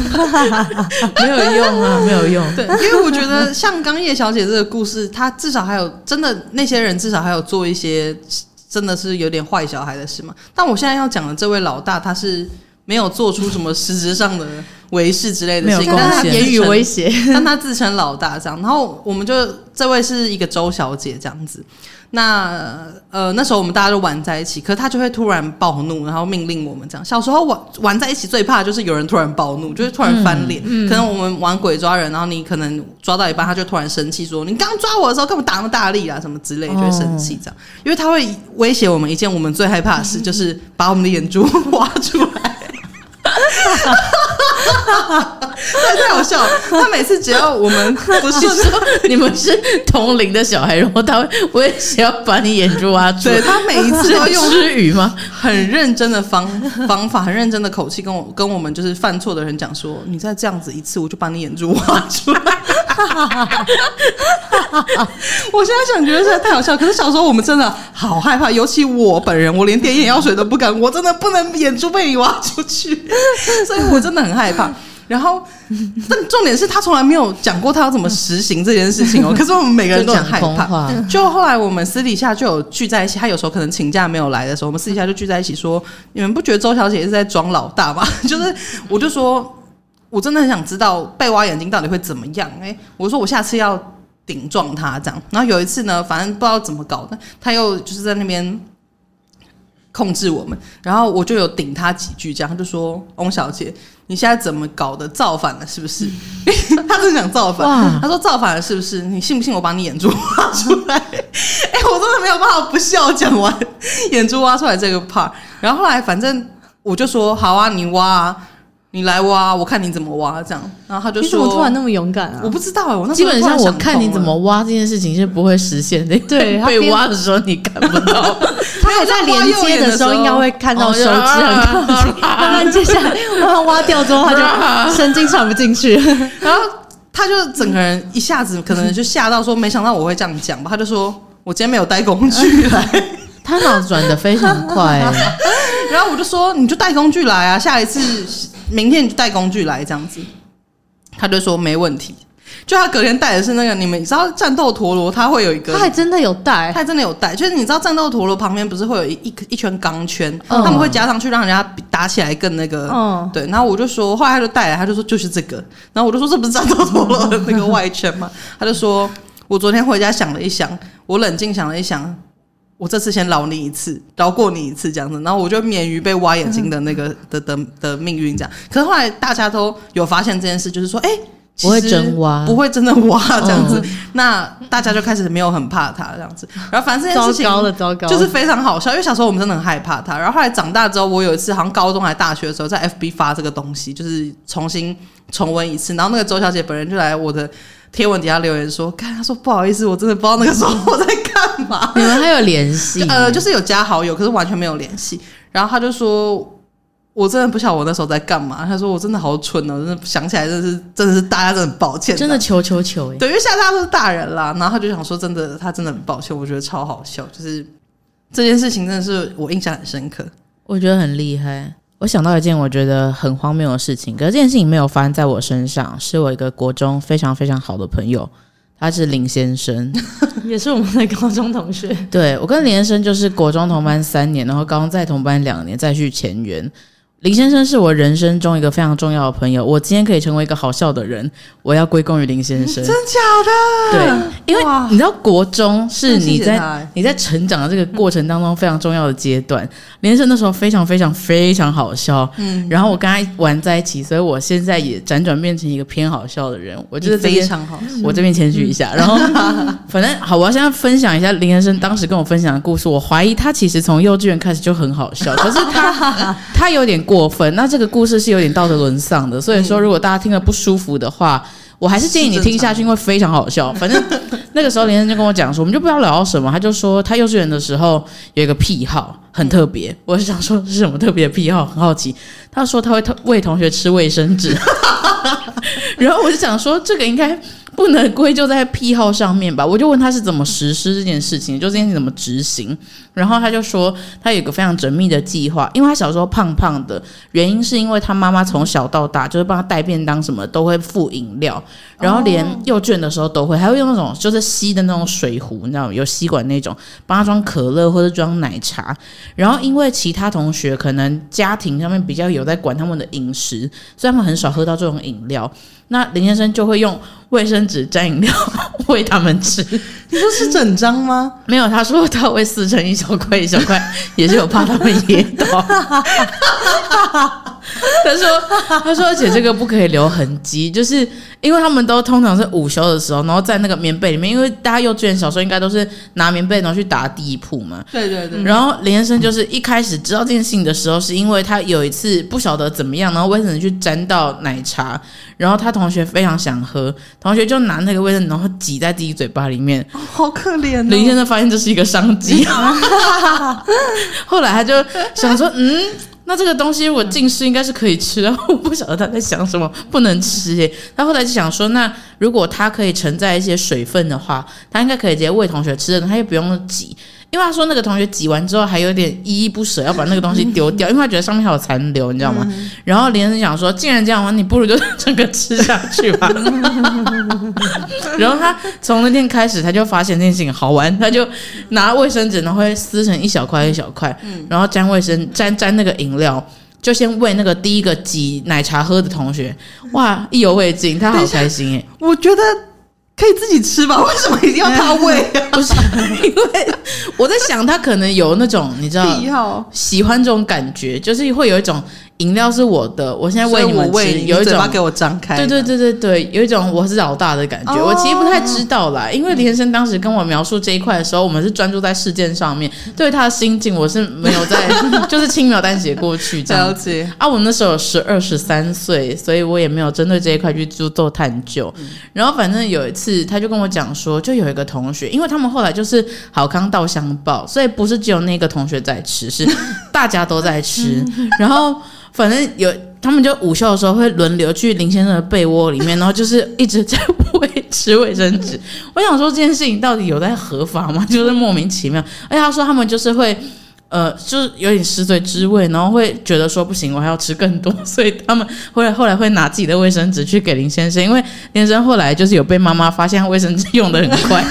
Speaker 2: 没有用啊，没有用。
Speaker 1: 对，因为我觉得像刚叶小姐这个故事，她至少还有真的那些人至少还有做一些真的是有点坏小孩的事嘛。但我现在要讲的这位老大，他是没有做出什么实质上的 违事之类的
Speaker 2: 没有
Speaker 1: 事情，
Speaker 2: 贡
Speaker 1: 但
Speaker 2: 献
Speaker 1: 是他
Speaker 3: 言语
Speaker 1: 自称
Speaker 3: 威胁，
Speaker 1: 但他自称老大这样，然后我们就这位是一个周小姐这样子。那呃，那时候我们大家就玩在一起，可她就会突然暴怒，然后命令我们这样。小时候玩玩在一起最怕的就是有人突然暴怒，就是突然翻脸。可能我们玩鬼抓人，然后你可能抓到一半，他就突然生气说：“你刚抓我的时候干嘛打那么大力啊？”什么之类，就会生气这样。因为他会威胁我们一件我们最害怕的事，就是把我们的眼珠 挖出来。太太好笑了！他每次只要我们不 是
Speaker 2: 你们是同龄的小孩，然后他会威胁要把你眼珠挖出来
Speaker 1: 对，他每一次都
Speaker 2: 是
Speaker 1: 用
Speaker 2: 吃语吗？
Speaker 1: 很认真的方 方法，很认真的口气跟我跟我们就是犯错的人讲说，你再这样子一次，我就把你眼珠挖出来。我现在想觉得实在太好笑，可是小时候我们真的好害怕，尤其我本人，我连点眼药水都不敢，我真的不能眼珠被你挖出去， 所以我真的很害怕。然后，但重点是他从来没有讲过他要怎么实行这件事情哦。可是我们每个人都很害
Speaker 2: 就讲空
Speaker 1: 怕
Speaker 2: 话，
Speaker 1: 就后来我们私底下就有聚在一起，他有时候可能请假没有来的时候，我们私底下就聚在一起说：“你们不觉得周小姐是在装老大吗？” 就是我就说，我真的很想知道被挖眼睛到底会怎么样、欸。哎，我说我下次要顶撞他这样。然后有一次呢，反正不知道怎么搞的，他又就是在那边。控制我们，然后我就有顶他几句，这样他就说：“翁小姐，你现在怎么搞的？造反了是不是？” 他真的想造反
Speaker 2: 哇，
Speaker 1: 他说：“造反了是不是？你信不信我把你眼珠挖出来？” 哎、我真的没有办法不笑讲完眼珠挖出来这个 part。然后后来反正我就说：“好啊，你挖、啊，你来挖、啊，我看你怎么挖。”这样，然后他就
Speaker 3: 你
Speaker 1: 说：“
Speaker 3: 怎么突然那么勇敢啊？
Speaker 1: 我不知道哎、我那时
Speaker 2: 基
Speaker 1: 候
Speaker 2: 本
Speaker 1: 突然
Speaker 2: 上我
Speaker 1: 想
Speaker 2: 看你
Speaker 1: 通
Speaker 2: 怎
Speaker 1: 了
Speaker 2: 么挖这件事情是不会实现的，
Speaker 3: 对他
Speaker 2: 被
Speaker 3: 边
Speaker 2: 挖的时候你看不到，
Speaker 3: 他还在连接的时候，应该会看到手指很靠近，慢慢接下来慢慢挖掉之后，他就神经传不进去。
Speaker 1: 然后他就整个人一下子可能就吓到，说没想到我会这样讲吧。他就说我今天没有带工具来，
Speaker 2: 他脑子转的非常快、 欸
Speaker 1: 然后我就说你就带工具来啊，下一次明天你就带工具来这样子。他就说没问题，就他隔天带的是那个你们你知道战斗陀螺，它会有一个
Speaker 3: 他还真的有带，
Speaker 1: 他真的有带，就是你知道战斗陀螺旁边不是会有一一一圈钢圈，
Speaker 2: 嗯
Speaker 1: 他们会加上去让人家比打起来更那个，
Speaker 3: 嗯
Speaker 1: 对。然后我就说，后来他就带来，他就说就是这个，然后我就说这不是战斗陀螺的那个外圈吗？他就说，我昨天回家想了一想，我冷静想了一想，我这次先饶你一次，饶过你一次这样子，然后我就免于被挖眼睛的那个的的的命运这样。可是后来大家都有发现这件事，就是说，哎、
Speaker 2: 不会
Speaker 1: 其实
Speaker 2: 真挖
Speaker 1: 不会真的挖这样子，那大家就开始没有很怕他这样子。然后反正这件
Speaker 3: 糟
Speaker 1: 事情
Speaker 3: 糕了，糟糕了，
Speaker 1: 就是非常好笑，因为小时候我们真的很害怕它。然后后来长大之后，我有一次好像高中还大学的时候，在 FB 发这个东西，就是重新重温一次。然后那个周小姐本人就来我的贴文底下留言说：“看，她说不好意思，我真的不知道那个时候我在干嘛。
Speaker 2: 你们还有联系？
Speaker 1: 呃，就是有加好友，可是完全没有联系。然后她就说。我真的不晓得我那时候在干嘛。她说我真的好蠢哦，真的想起来真的是真的是大家真的很抱歉，
Speaker 2: 真的求求求哎、
Speaker 1: 对，因为现在大家都是大人啦，然后他就想说，真的，他真的很抱歉，我觉得超好笑，就是这件事情真的是我印象很深刻。
Speaker 2: 我觉得很厉害。我想到一件我觉得很荒谬的事情，可是这件事情没有发生在我身上，是我一个国中非常非常好的朋友，他是林先生。
Speaker 3: 也是我们的高中同学，
Speaker 2: 对我跟林先生就是国中同班三年，然后高中再同班两年，再续前缘。林先生是我人生中一个非常重要的朋友，我今天可以成为一个好笑的人，我要归功于林先生。
Speaker 1: 真假的？
Speaker 2: 对，因为你知道国中是你
Speaker 1: 真的谢谢他
Speaker 2: 在
Speaker 1: 欸
Speaker 2: 你在成长的这个过程当中非常重要的阶段。连胜那时候非常非常非常好笑，嗯，然后我跟他玩在一起，所以我现在也辗转变成一个偏好笑的人。我
Speaker 1: 我
Speaker 2: 觉得这
Speaker 1: 非
Speaker 2: 边
Speaker 1: 常好笑。
Speaker 2: 我这边谦虚一下，然后反正好，我要先分享一下林先生当时跟我分享的故事。我怀疑他其实从幼稚园开始就很好笑，可是他他有点过分。那这个故事是有点道德沦丧的，所以说如果大家听了不舒服的话，我还是建议你听下去，因为非常好笑。反正那个时候林先生就跟我讲说，我们就不知道聊到什么，他就说他幼稚园的时候有一个癖好很特别，我是想说是什么特别的癖好，很好奇。他说他会偷喂同学吃卫生纸。 然后我就想说，这个应该不能归咎在癖好上面吧？我就问他是怎么实施这件事情，就这件事情怎么执行。然后他就说，他有一个非常缜密的计划，因为他小时候胖胖的，原因是因为他妈妈从小到大就是帮他带便当什么都会附饮料，然后连幼稚园的时候都会，还会用那种就是吸的那种水壶，你知道吗？有吸管那种，帮他装可乐或者装奶茶。然后因为其他同学可能家庭上面比较有在管他们的饮食，所以他们很少喝到这种饮料。那林先生就会用卫生纸沾饮料 喂他们吃。
Speaker 1: 你说是整张吗？
Speaker 2: 没有，他说他会撕成一小块一小块， 也是有怕他们噎到。 他说：“他说，而且这个不可以留痕迹，就是因为他们都通常是午休的时候，然后在那个棉被里面，因为大家幼稚园小时候应该都是拿棉被然后去打地铺嘛，
Speaker 1: 对对对，
Speaker 2: 然后林先生就是一开始知道这件事情的时候，是因为他有一次不晓得怎么样，然后卫生纸去沾到奶茶，然后他同学非常想喝，同学就拿那个卫生纸然后挤在自己嘴巴里面，
Speaker 1: 好可怜、哦。
Speaker 2: 林先生发现这是一个商机， 后来他就想说，嗯，那这个东西我近视应该是可以吃啊，我不晓得他在想什么，不能吃耶。 他后来就想说，那如果它可以承载一些水分的话，他应该可以直接喂同学吃的，他也不用挤。因为他说那个同学挤完之后还有点依依不舍，要把那个东西丢掉，因为他觉得上面还有残留，你知道吗？然后林先生想说，既然这样的话，你不如就整个吃下去 吧。然后他从那天开始，他就发现这件事情好玩，他就拿卫生纸，然后会撕成一小块一小块，
Speaker 1: 嗯
Speaker 2: 然后沾卫生沾沾那个饮料，就先喂那个第一个挤奶茶喝的同学，哇，意犹未尽，他好开心 哎、
Speaker 1: 我觉得可以自己吃吧，为什么一定要他 喂、啊？
Speaker 2: 不是因为我在想，他可能有那种你 知道
Speaker 1: 必要。
Speaker 2: 喜欢这种感觉，就是会有一种饮料是我的，我现在
Speaker 1: 所以
Speaker 2: 喂你
Speaker 1: 我
Speaker 2: 们
Speaker 1: 喂
Speaker 2: 吃，
Speaker 1: 你，
Speaker 2: 有
Speaker 1: 你
Speaker 2: 一
Speaker 1: 嘴
Speaker 2: 种
Speaker 1: 巴给我张开。
Speaker 2: 对对，对对对，有一种我是老大的感觉。
Speaker 1: 哦
Speaker 2: 我其实不太知道啦，因为连生当时跟我描述这一块的时候，我们是专注在事件上面，对他的心境我是 没有在，就是轻描淡写过去这
Speaker 1: 了
Speaker 2: 样。
Speaker 1: 解。
Speaker 2: 啊，我那时候有十二十三岁，所以我也没有针对这一块去做做探究。然后反正有一次，他就跟我讲说，就有一个同学，因为他们后来就是好康稻香报，所以不是只有那个同学在吃，是大家都在吃。然后反正有他们就午休的时候会轮流去林先生的被窝里面，然后就是一直在 喂吃卫生纸。我想说这件事情到底有在合法吗？就是莫名其妙。而且他说他们就是会。呃，就是有点食髓知味，然后会觉得说不行，我还要吃更多， 所以他们会后来会拿自己的卫生纸去给林先生，因为林先生后来就是有被妈妈发现他卫生纸用的很 快，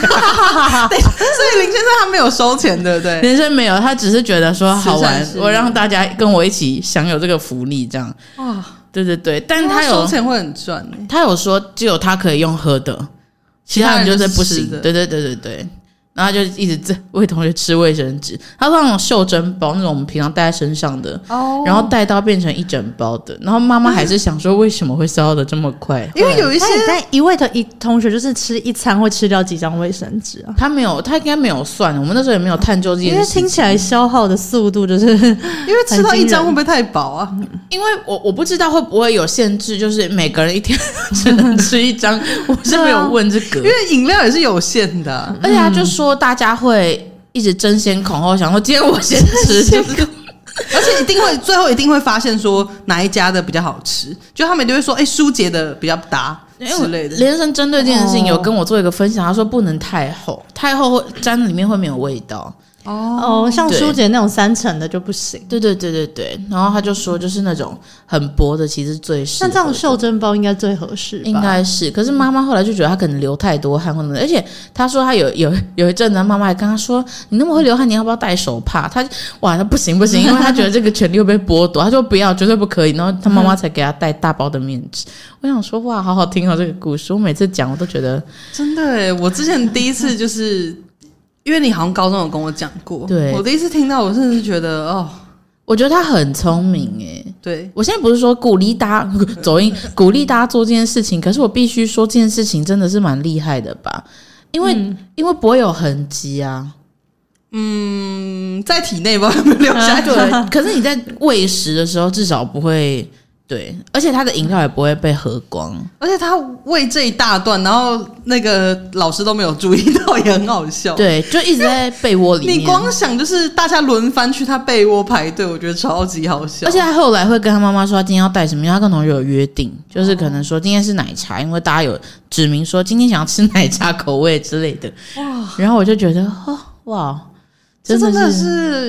Speaker 1: 所以林先生他没有收钱，对不对？
Speaker 2: 林先生没有，他只是觉得说好
Speaker 1: 慈
Speaker 2: 玩
Speaker 1: 善，事业
Speaker 2: 我让大家跟我一起享有这个福利，这样，
Speaker 1: 哇，
Speaker 2: 对对对，但
Speaker 1: 他
Speaker 2: 他
Speaker 1: 收
Speaker 2: 有
Speaker 1: 钱会很赚欸
Speaker 2: 他有说只有他可以用喝的，其他人就是不
Speaker 1: 其他人就是吃
Speaker 2: 行，
Speaker 1: 的
Speaker 2: 对对对对对。然后他就一直在喂同学吃卫生纸，他是那种袖珍包，那种我们平常带在身上的，
Speaker 1: 哦
Speaker 2: 然后带到变成一整包的，然后妈妈还是想说为什么会烧的这么快？
Speaker 1: 因为有一些
Speaker 3: 他也在一位的一同学就是吃一餐会吃掉几张卫生纸啊，
Speaker 2: 他没有，他应该没有算，我们那时候也没有探究这
Speaker 3: 因
Speaker 2: 件
Speaker 3: 为
Speaker 2: 事情
Speaker 3: 听，起来消耗的速度就
Speaker 1: 因
Speaker 3: 是
Speaker 1: 为吃到一张会不会太饱啊？
Speaker 2: 因为我我不知道会不会有限制，就是每个人一天只能吃一张， 我是没有问这
Speaker 1: 因
Speaker 2: 个，
Speaker 1: 为饮料也是有限的啊、
Speaker 2: 啊而且他就说大家会一直争先恐后，想说今天我先吃，就是
Speaker 1: 而且一定会最后一定会发现说哪一家的比较好吃，就他们就会说，哎、舒洁的比较搭之类的。
Speaker 2: 嗯连生针对这件事情
Speaker 3: 哦
Speaker 2: 有跟我做一个分享，他说不能太厚，太厚会粘里面会没有味道。
Speaker 1: 哦，
Speaker 3: 哦，像
Speaker 2: 对
Speaker 3: 舒姐那种三层的就不行。
Speaker 2: 对对对对对，然后他就说就是那种很薄的其实最适合
Speaker 3: 像
Speaker 2: 的。
Speaker 3: 这种袖珍包应该最合适吧，
Speaker 2: 应该是，可是妈妈后来就觉得她可能流太多汗或者什么，而且她说她有有有一阵子，她妈妈还跟她说：“你那么会流汗，你要不要戴手帕？”她哇，她不 行不行，因为她觉得这个权利会被剥夺，她说不要，绝对不可以。然后她妈妈才给她戴大包的面纸。我想说哇，好好听哦这个故事，我每次讲我都觉得
Speaker 1: 真的哎，我之前第一次就是，因为你好像高中有跟我讲过，
Speaker 2: 对
Speaker 1: 我第一次听到，我真的是觉得哦，
Speaker 2: 我觉得她很聪明欸诶、
Speaker 1: 对，
Speaker 2: 我现在不是说鼓励大家走音，鼓励大家做这件事情，可是我必须说这件事情真的是蛮厉害的吧，因为、因为不会有痕迹啊。
Speaker 1: 嗯，在体内吧，没有留下来。
Speaker 2: 对，可是你在喂食的时候，至少不会对，而且它的饮料也不会被喝光。
Speaker 1: 而且他为这一大段，然后那个老师都没有注意到，也很好笑。
Speaker 2: 对，就一直在被窝里面。
Speaker 1: 哦你光想就是大家轮番去他被窝排队，我觉得超级好笑。
Speaker 2: 而且他后来会跟他妈妈说，他今天要带什么，因为他跟同学有约定，就是可能说今天是奶茶，因为大家有指明说今天想要吃奶茶口味之类的。哇！然后我就觉得，哦，哇，
Speaker 1: 这
Speaker 2: 真
Speaker 1: 真的
Speaker 2: 的是，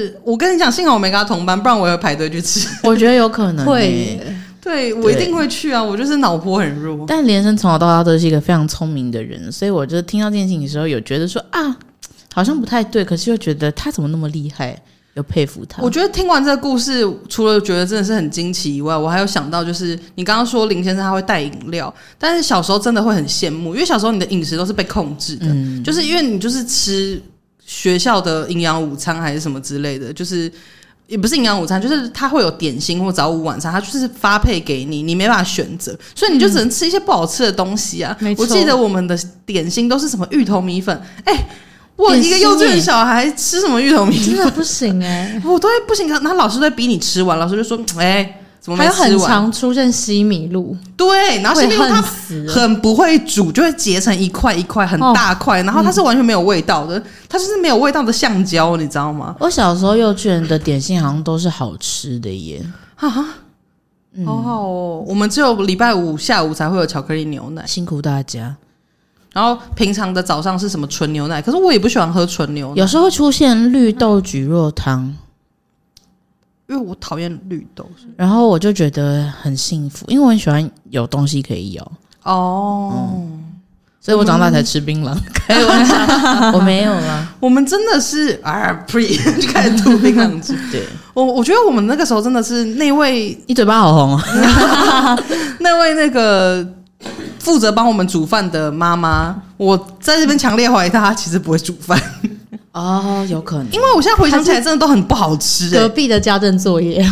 Speaker 1: 是，我跟你讲，幸好我没跟他同班，不然我也会排队去吃。
Speaker 2: 我觉得有可能、
Speaker 3: 会
Speaker 2: 欸。
Speaker 3: 耶
Speaker 1: 对我一
Speaker 2: 对
Speaker 1: 定会去啊，我就是脑波很弱。
Speaker 2: 但连生从小到大都是一个非常聪明的人，所以我就听到这件事情的时候，有觉得说啊，好像不太对，可是又觉得他怎么那么厉害，又佩服他。
Speaker 1: 我觉得听完这个故事，除了觉得真的是很惊奇以外，我还有想到就是你刚刚说林先生他会带饮料，但是小时候真的会很羡慕，因为小时候你的饮食都是被控制的，
Speaker 2: 嗯
Speaker 1: 就是因为你就是吃学校的营养午餐还是什么之类的，就是。也不是营养午餐，就是它会有点心或早午晚餐，它就是发配给你，你没办法选择，所以你就只能吃一些不好吃的东西啊。
Speaker 3: 没
Speaker 1: 我
Speaker 3: 错
Speaker 1: 记得我们的点心都是什么芋头米粉，哎、我一个幼稚
Speaker 2: 点心耶
Speaker 1: 园小孩吃什么芋头米粉
Speaker 3: 真？的不 行哎、
Speaker 1: 我都会不行，那老师都会逼你吃完，老师就说：“哎、怎么
Speaker 3: 还
Speaker 1: 没
Speaker 3: 有
Speaker 1: 吃
Speaker 3: 很
Speaker 1: 完
Speaker 3: 常出现西米露，？”
Speaker 1: 对，然后
Speaker 3: 会
Speaker 1: 是因为
Speaker 3: 恨
Speaker 1: 它
Speaker 3: 死了。
Speaker 1: 很不会煮，就会结成一块一块很大块，然后它是完全没有味道的，它就是没有味道的橡胶，你知道吗？
Speaker 2: 我小时候幼稚园的点心好像都是好吃的耶，
Speaker 1: 好好哦，我们只有礼拜五下午才会有巧克力牛奶，
Speaker 2: 辛苦大家。
Speaker 1: 然后平常的早上是什么纯牛奶，可是我也不喜欢喝纯牛奶，
Speaker 2: 有时候会出现绿豆蒟蒻汤，
Speaker 1: 因为我讨厌绿豆。
Speaker 2: 然后我就觉得很幸福，因为我很喜欢有东西可以咬，
Speaker 1: 哦，哎
Speaker 2: 所以我长大才吃槟榔。开玩笑，我没有啦。
Speaker 1: 我们真的是啊，pre 就开始吐槟榔汁。
Speaker 2: 对
Speaker 1: 我我觉得我们那个时候真的是那位
Speaker 2: 你嘴巴好红啊！
Speaker 1: 那位那个负责帮我们煮饭的妈妈，我在这边强烈怀疑她其实不会煮 饭，
Speaker 2: 哦，有可能，
Speaker 1: 因为我现在回想起来，真的都很不好吃哎、
Speaker 3: 隔壁的家政 作业，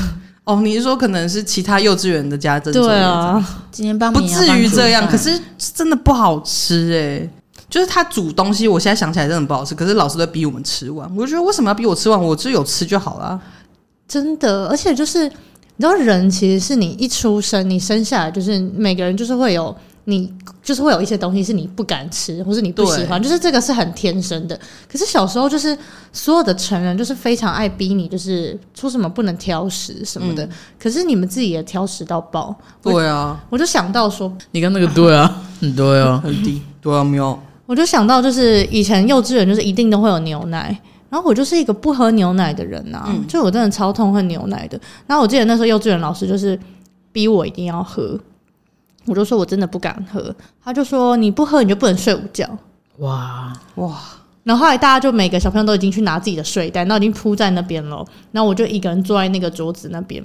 Speaker 1: 哦，你是说可能是其他幼稚园的家政作业
Speaker 3: 对啊，
Speaker 2: 今天帮
Speaker 1: 不
Speaker 2: 绵羊
Speaker 1: 至
Speaker 2: 帮
Speaker 1: 于
Speaker 2: 煮
Speaker 1: 这样，
Speaker 2: 饭
Speaker 1: 可是真的不好吃哎、就是他煮东西，我现在想起来真的很不好吃，可是老师都逼我们吃完，我就觉得为什么要逼我吃完？我只有吃就好了。
Speaker 3: 真的，而且就是你知道，人其实是你一出生，你生下来就是每个人就是会有你，就是会有一些东西是你不敢吃，或是你不喜欢，就是这个是很天生的。可是小时候就是所有的成人就是非常爱逼你，就是说什么不能挑食什么的，
Speaker 1: 嗯
Speaker 3: 可是你们自己也挑食到爆。我
Speaker 1: 对啊，
Speaker 3: 我就想到说，
Speaker 2: 你跟那个对 啊，很对啊，
Speaker 1: 很低，对啊，没有。
Speaker 3: 我就想到，就是以前幼稚园就是一定都会有牛奶，然后我就是一个不喝牛奶的人呐、就我真的超痛恨牛奶的。然后我记得那时候幼稚园老师就是逼我一定要喝，我就说我真的不敢喝，他就说你不喝你就不能睡午觉。
Speaker 2: 哇，
Speaker 3: 然后后来大家就每个小朋友都已经去拿自己的睡袋，那已经铺在那边了。然后我就一个人坐在那个桌子那边，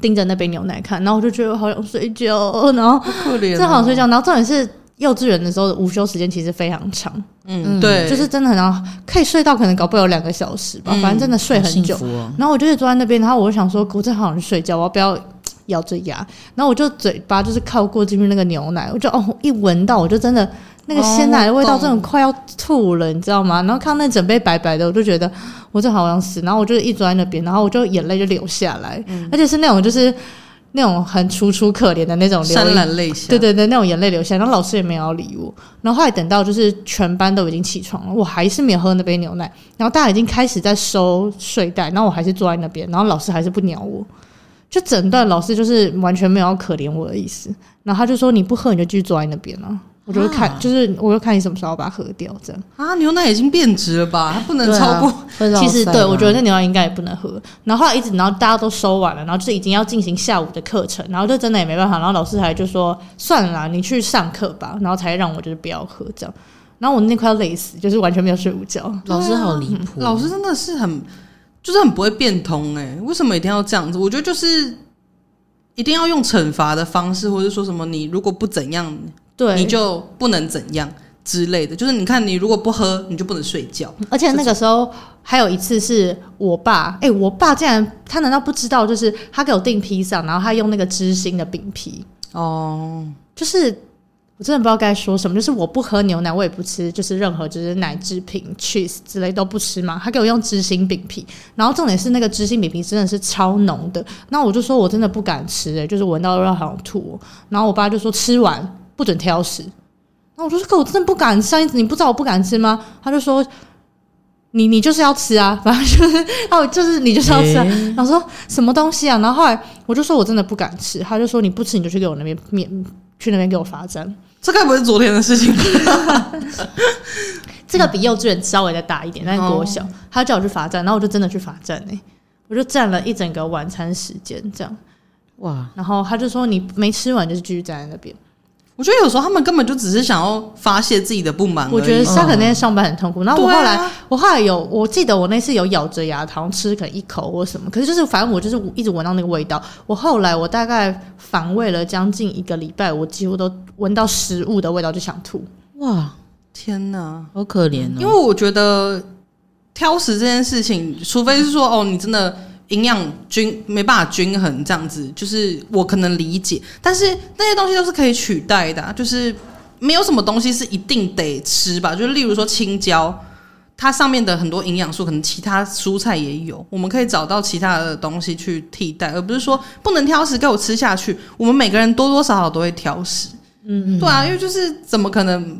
Speaker 3: 盯着那杯牛奶看。然后我就觉得我好想睡觉，然后
Speaker 1: 可怜、哦
Speaker 2: 哦
Speaker 3: 正好睡。觉，然后重点是幼稚园的时候的午休时间其实非常长，
Speaker 1: 嗯，对，
Speaker 3: 就是真的很长，可以睡到可能搞不了两个小时吧，反正真的睡
Speaker 2: 嗯好
Speaker 3: 很
Speaker 2: 幸
Speaker 3: 久。
Speaker 2: 福哦。
Speaker 3: 然后我就一直坐在那边，然后我就想说，我真的好想去睡觉，我要不要咬着牙？然后我就嘴巴就是靠过进去那个牛奶，我就哦一闻到我就真的那个鲜奶的味道，
Speaker 1: 哦
Speaker 3: 真的快要吐了，你知道吗？然后看到那整杯白白的，我就觉得我真的好想死。然后我就一直坐在那边，然后我就眼泪就流下来，
Speaker 2: 嗯
Speaker 3: 而且是那种就是那种很楚楚可怜的那种流
Speaker 1: 潸
Speaker 3: 眼
Speaker 1: 然泪下。
Speaker 3: 对对对，那种眼泪流下来，然后老师也没有要理我。然后后来等到就是全班都已经起床了，我还是没有喝那杯牛奶。然后大家已经开始在收睡袋，然后我还是坐在那边，然后老师还是不鸟我。就整段老师就是完全没有要可怜我的意思，然后他就说你不喝你就继续坐在那边啊。我就会看，
Speaker 2: 啊
Speaker 3: 就是我就看你什么时候把它喝掉，这样。
Speaker 1: 啊，牛奶已经变质了吧？它不能
Speaker 2: 对啊
Speaker 1: 超过。
Speaker 2: 会老
Speaker 3: 其实
Speaker 2: 塞
Speaker 3: 对
Speaker 2: 吗
Speaker 3: 我觉得那牛奶应该也不能喝。然后后来一直，然后大家都收完了，然后就是已经要进行下午的课程，然后就真的也没办法，然后老师还就说算了啦，你去上课吧，然后才让我就是不要喝这样。然后我那天快要累死，就是完全没有睡午觉。
Speaker 2: 老师好离谱，哦
Speaker 1: 老师真的是很，就是很不会变通哎、为什么一定要这样子？我觉得就是一定要用惩罚的方式，或者说什么你如果不怎样，
Speaker 3: 对，
Speaker 1: 你就不能怎样之类的。就是你看，你如果不喝，你就不能睡觉。
Speaker 3: 而且那个时候还有一次是我爸，哎、我爸竟然他难道不知道？就是他给我订披萨，然后他用那个知心的饼皮，
Speaker 1: 哦，
Speaker 3: 就是我真的不知道该说什么，就是我不喝牛奶，我也不吃，就是任何就是奶制品、cheese 之类都不吃嘛。他给我用知心饼皮，然后重点是那个知心饼皮真的是超浓的，那我就说我真的不敢吃、欸，就是闻到味道好想吐哦、然后我爸就说吃完不准挑食，那我就说可我真的不敢吃啊，你不知道我不敢吃吗？他就说。你你就是要吃啊，反正就是哦，就是你就是要吃啊。然后说什么东西啊？然后后来我就说我真的不敢吃，他就说你不吃你就去给我那边面去那边给我罚站。
Speaker 1: 这该不是昨天的事情吧？
Speaker 3: 这个比幼稚园稍微再大一点，但是国小，他叫我去罚站，然后我就真的去罚站哎、我就站了一整个晚餐时间这样，
Speaker 2: 哇，
Speaker 3: 然后他就说你没吃完就是继续站在那边。
Speaker 1: 我觉得有时候他们根本就只是想要发泄自己的不满而已。哦
Speaker 3: 我觉得
Speaker 2: 嗯
Speaker 3: 上可那天上班很痛苦，然后我
Speaker 1: 对啊
Speaker 3: 后来、我后来有，我记得我那次有咬着牙，好像吃可能一口或什么，可是就是反正我就是一直闻到那个味道。我后来我大概反胃了将近一个礼拜，我几乎都闻到食物的味道就想 吐。
Speaker 2: 哇，
Speaker 1: 天哪！
Speaker 2: 好可怜哦。
Speaker 1: 因为我觉得挑食这件事情，除非是说哦，你真的营养均没办法均衡这样子，就是我可能理解，但是那些东西都是可以取代的啊、就是没有什么东西是一定得吃吧。就例如说青椒，它上面的很多营养素，可能其他蔬菜也有，我们可以找到其他的东西去替代，而不是说不能挑食，给我吃下去。我们每个人多多少少都会挑食，嗯对啊，因为就是怎么可能？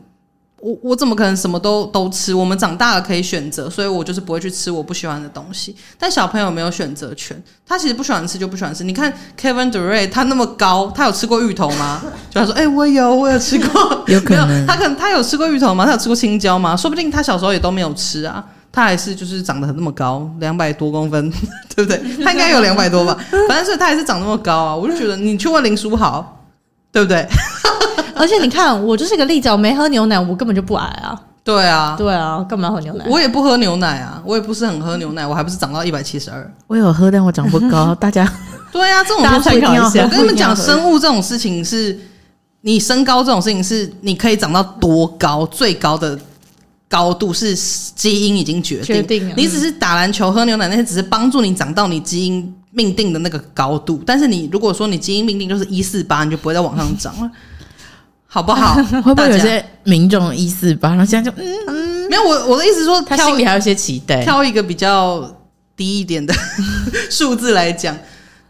Speaker 1: 我我怎么可能什么都都吃？我们长大了可以选择，所以我就是不会去吃我不喜欢的东西。但小朋友没有选择权，他其实不喜欢吃就不喜欢吃。你看 Kevin Durant 他那么高，他有吃过芋头吗？就他说，哎、我有，我有吃过，
Speaker 2: 有可能
Speaker 1: 没有他可能他有吃过芋头吗？他有吃过青椒吗？说不定他小时候也都没有吃啊。他还是就是长得很那么高，两百多公分， 对不对？他应该有两百多吧，反正所以他还是长那么高啊。我就觉得你去问林书豪，对不对？
Speaker 3: 而且你看，我就是个例子，我没喝牛奶，我根本就不矮啊。
Speaker 1: 对啊，
Speaker 3: 对啊，干嘛要喝牛奶？
Speaker 1: 我也不喝牛奶啊，我也不是很喝牛奶，我还不是长到一百七十二。
Speaker 2: 我有喝，但我长不 高，大家
Speaker 1: 对啊，这种
Speaker 3: 大家
Speaker 1: 东
Speaker 3: 参
Speaker 1: 西
Speaker 3: 考一下
Speaker 1: 我跟你们讲，
Speaker 2: 不一定要喝
Speaker 1: 生物这种事情是，你身高这种事情是你可以长到多高，最高的高度是基因已经决定，
Speaker 3: 决定了
Speaker 1: 你只是打篮球、喝牛奶那些，只是帮助你长到你基因命定的那个高度。但是你如果说你基因命定就是一四八，你就不会再往上涨了。好不好？
Speaker 2: 会不会有
Speaker 1: 大家
Speaker 2: 些民众一四八，然后现在就嗯，
Speaker 1: 没有？我我的意思是说，
Speaker 2: 他
Speaker 1: 挑
Speaker 2: 心里还有一些期待。
Speaker 1: 挑一个比较低一点 的数字来讲。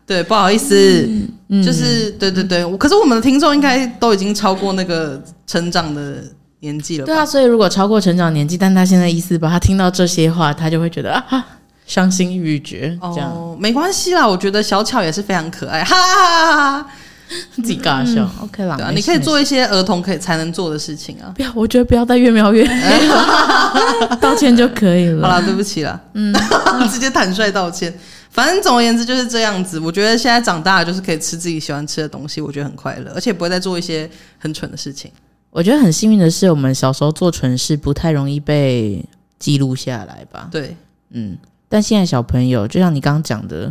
Speaker 1: 对，不好意思，
Speaker 2: 嗯
Speaker 1: 就是对对对，我可是我们的听众应该都已经超过那个成长的年纪了吧
Speaker 2: 对啊，所以如果超过成长年纪，但他现在一四八，他听到这些话，他就会觉得啊，伤心欲绝，这样、
Speaker 1: 哦，没关系啦，我觉得小巧也是非常可爱，哈哈哈哈！
Speaker 2: 自己尬笑。OK 嗯啦，
Speaker 1: 对啊，
Speaker 2: 没
Speaker 1: 你
Speaker 2: 事
Speaker 1: 可以。
Speaker 2: 没事
Speaker 1: 做一些儿童可以才能做的事情啊。
Speaker 2: 不要，我觉得不要再越描越黑 了，道歉就可以
Speaker 1: 好
Speaker 2: 了。
Speaker 1: 啦，对不起啦，嗯， 直接坦率道歉。反正总而言之就是这样子。我觉得现在长大了就是可以吃自己喜欢吃的东西，我觉得很快乐，而且不会再做一些很蠢的事情。
Speaker 2: 我觉得很幸运的是，我们小时候做蠢事不太容易被记录下来吧。
Speaker 1: 对，
Speaker 2: 嗯，但现在小朋友，就像你刚刚讲的，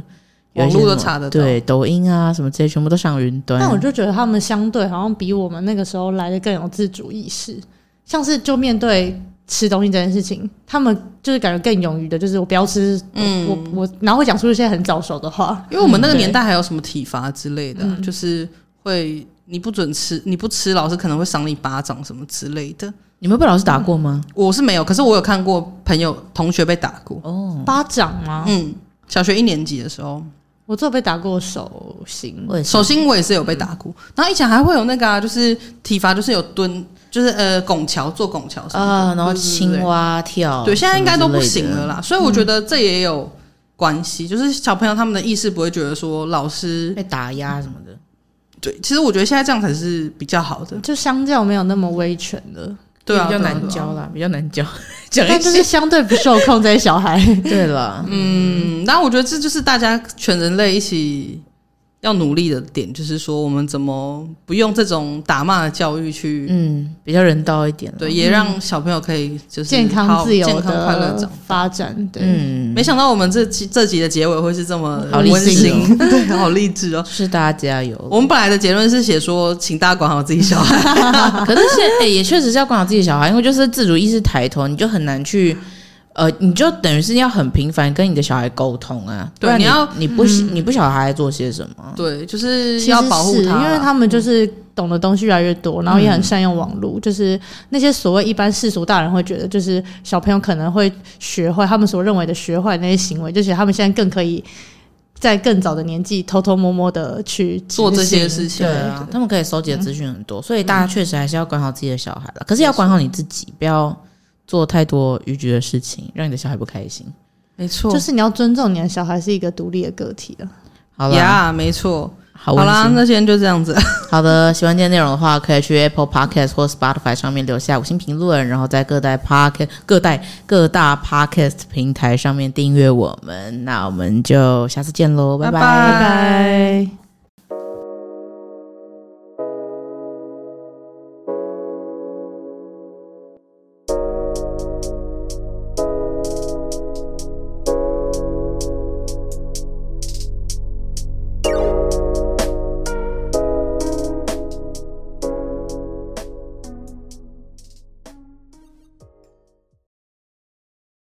Speaker 2: 有一
Speaker 1: 网
Speaker 2: 些
Speaker 1: 络
Speaker 2: 什
Speaker 1: 都
Speaker 2: 么
Speaker 1: 查得到
Speaker 2: 对，抖音啊什么这些全部都上云端。
Speaker 3: 但我就觉得他们相对好像比我们那个时候来的更有自主意识，像是就面对吃东西这件事情，他们就是感觉更勇于的，就是我不要吃，嗯，我我然后会讲出一些很早熟的话，
Speaker 1: 因为我们那个
Speaker 3: 嗯
Speaker 1: 年代还有什么体罚之类的啊、
Speaker 2: 嗯
Speaker 1: 就是会你不准吃，你不吃，老师可能会赏你巴掌什么之类的。
Speaker 2: 你们被老师打过吗？
Speaker 1: 我是没有，可是我有看过朋友同学被打过。
Speaker 2: 哦，
Speaker 3: 巴掌吗？
Speaker 1: 嗯，小学一年级的时候，
Speaker 3: 我只有被打过手心，
Speaker 2: 我也是
Speaker 1: 手心我也是有被打过。然后以前还会有那个啊，就是体罚，就是有蹲，就是呃拱桥做拱桥什么的
Speaker 2: 啊，然后
Speaker 1: 对对对
Speaker 2: 青蛙跳，
Speaker 1: 对，现在应该都不
Speaker 2: 什么之类
Speaker 1: 行
Speaker 2: 的
Speaker 1: 了。啦。所以我觉得这也有关系，就是小朋友他们的意识不会觉得说老师
Speaker 2: 被打压什么的，
Speaker 1: 对，其实我觉得现在这样才是比较好的。
Speaker 3: 就相较没有那么威权了，
Speaker 1: 对啊，
Speaker 2: 比较
Speaker 1: 对啊
Speaker 2: 难。
Speaker 1: 对啊
Speaker 2: 教啦，比较难教。 讲
Speaker 3: 但
Speaker 2: 一
Speaker 3: 就
Speaker 2: 些
Speaker 3: 是相对不受控这些小孩。
Speaker 2: 对了，
Speaker 1: 嗯，那我觉得这就是大家全人类一起要努力的点，就是说我们怎么不用这种打骂的教育去。
Speaker 2: 嗯，比较人道一点了。
Speaker 1: 对，也让小朋友可以就是
Speaker 3: 嗯健
Speaker 1: 好
Speaker 3: 康自由
Speaker 1: 健康快乐
Speaker 3: 的
Speaker 1: 长。
Speaker 3: 发展，对，
Speaker 2: 嗯，
Speaker 1: 没想到我们这期这集的结尾会是这么
Speaker 2: 好励
Speaker 1: 温
Speaker 2: 志哦
Speaker 1: 馨，对，好励志哦。
Speaker 2: 是大家加油。
Speaker 1: 我们本来的结论是写说，请大家管好自己小孩。
Speaker 2: 可是现哎、也确实是要管好自己的小孩，因为就是自主意识抬头，你就很难去，呃，你就等于是要很频繁跟你的小孩沟通啊。
Speaker 1: 对
Speaker 2: 不然
Speaker 1: 你要嗯
Speaker 2: 你不、你不晓得他在做些什么。
Speaker 1: 对，就是
Speaker 3: 其实
Speaker 1: 要保护
Speaker 3: 是
Speaker 1: 他啦，
Speaker 3: 因为他们就是懂的东西越来越多，然后也很善用网络。就是那些所谓一般世俗大人会觉得，就是小朋友可能会学坏他们所认为的学坏那些行为，就是他们现在更可以在更早的年纪偷偷摸摸的去执
Speaker 1: 做这些
Speaker 3: 行
Speaker 1: 事情。
Speaker 2: 对啊，他们可以收集的资讯很多，所以
Speaker 1: 嗯
Speaker 2: 大家确实还是要管好自己的小孩了。可是要管好你自己，不要做太多逾矩的事情，让你的小孩不开心。
Speaker 1: 没错，
Speaker 3: 就是你要尊重你的小孩是一个独立的个体啊。
Speaker 2: 好啦
Speaker 1: 呀，没错。
Speaker 2: 好
Speaker 1: 好
Speaker 2: 温
Speaker 1: 啦，
Speaker 2: 馨
Speaker 1: 那今天就这样子。
Speaker 2: 好的，喜欢今天内容的话，可以去 Apple Podcast 或 Spotify 上面留下五星评论，然后在各大 Podcast 各大各大 Podcast 平台上面订阅我们。那我们就下次见喽，拜
Speaker 1: 拜
Speaker 2: 拜
Speaker 3: 拜拜。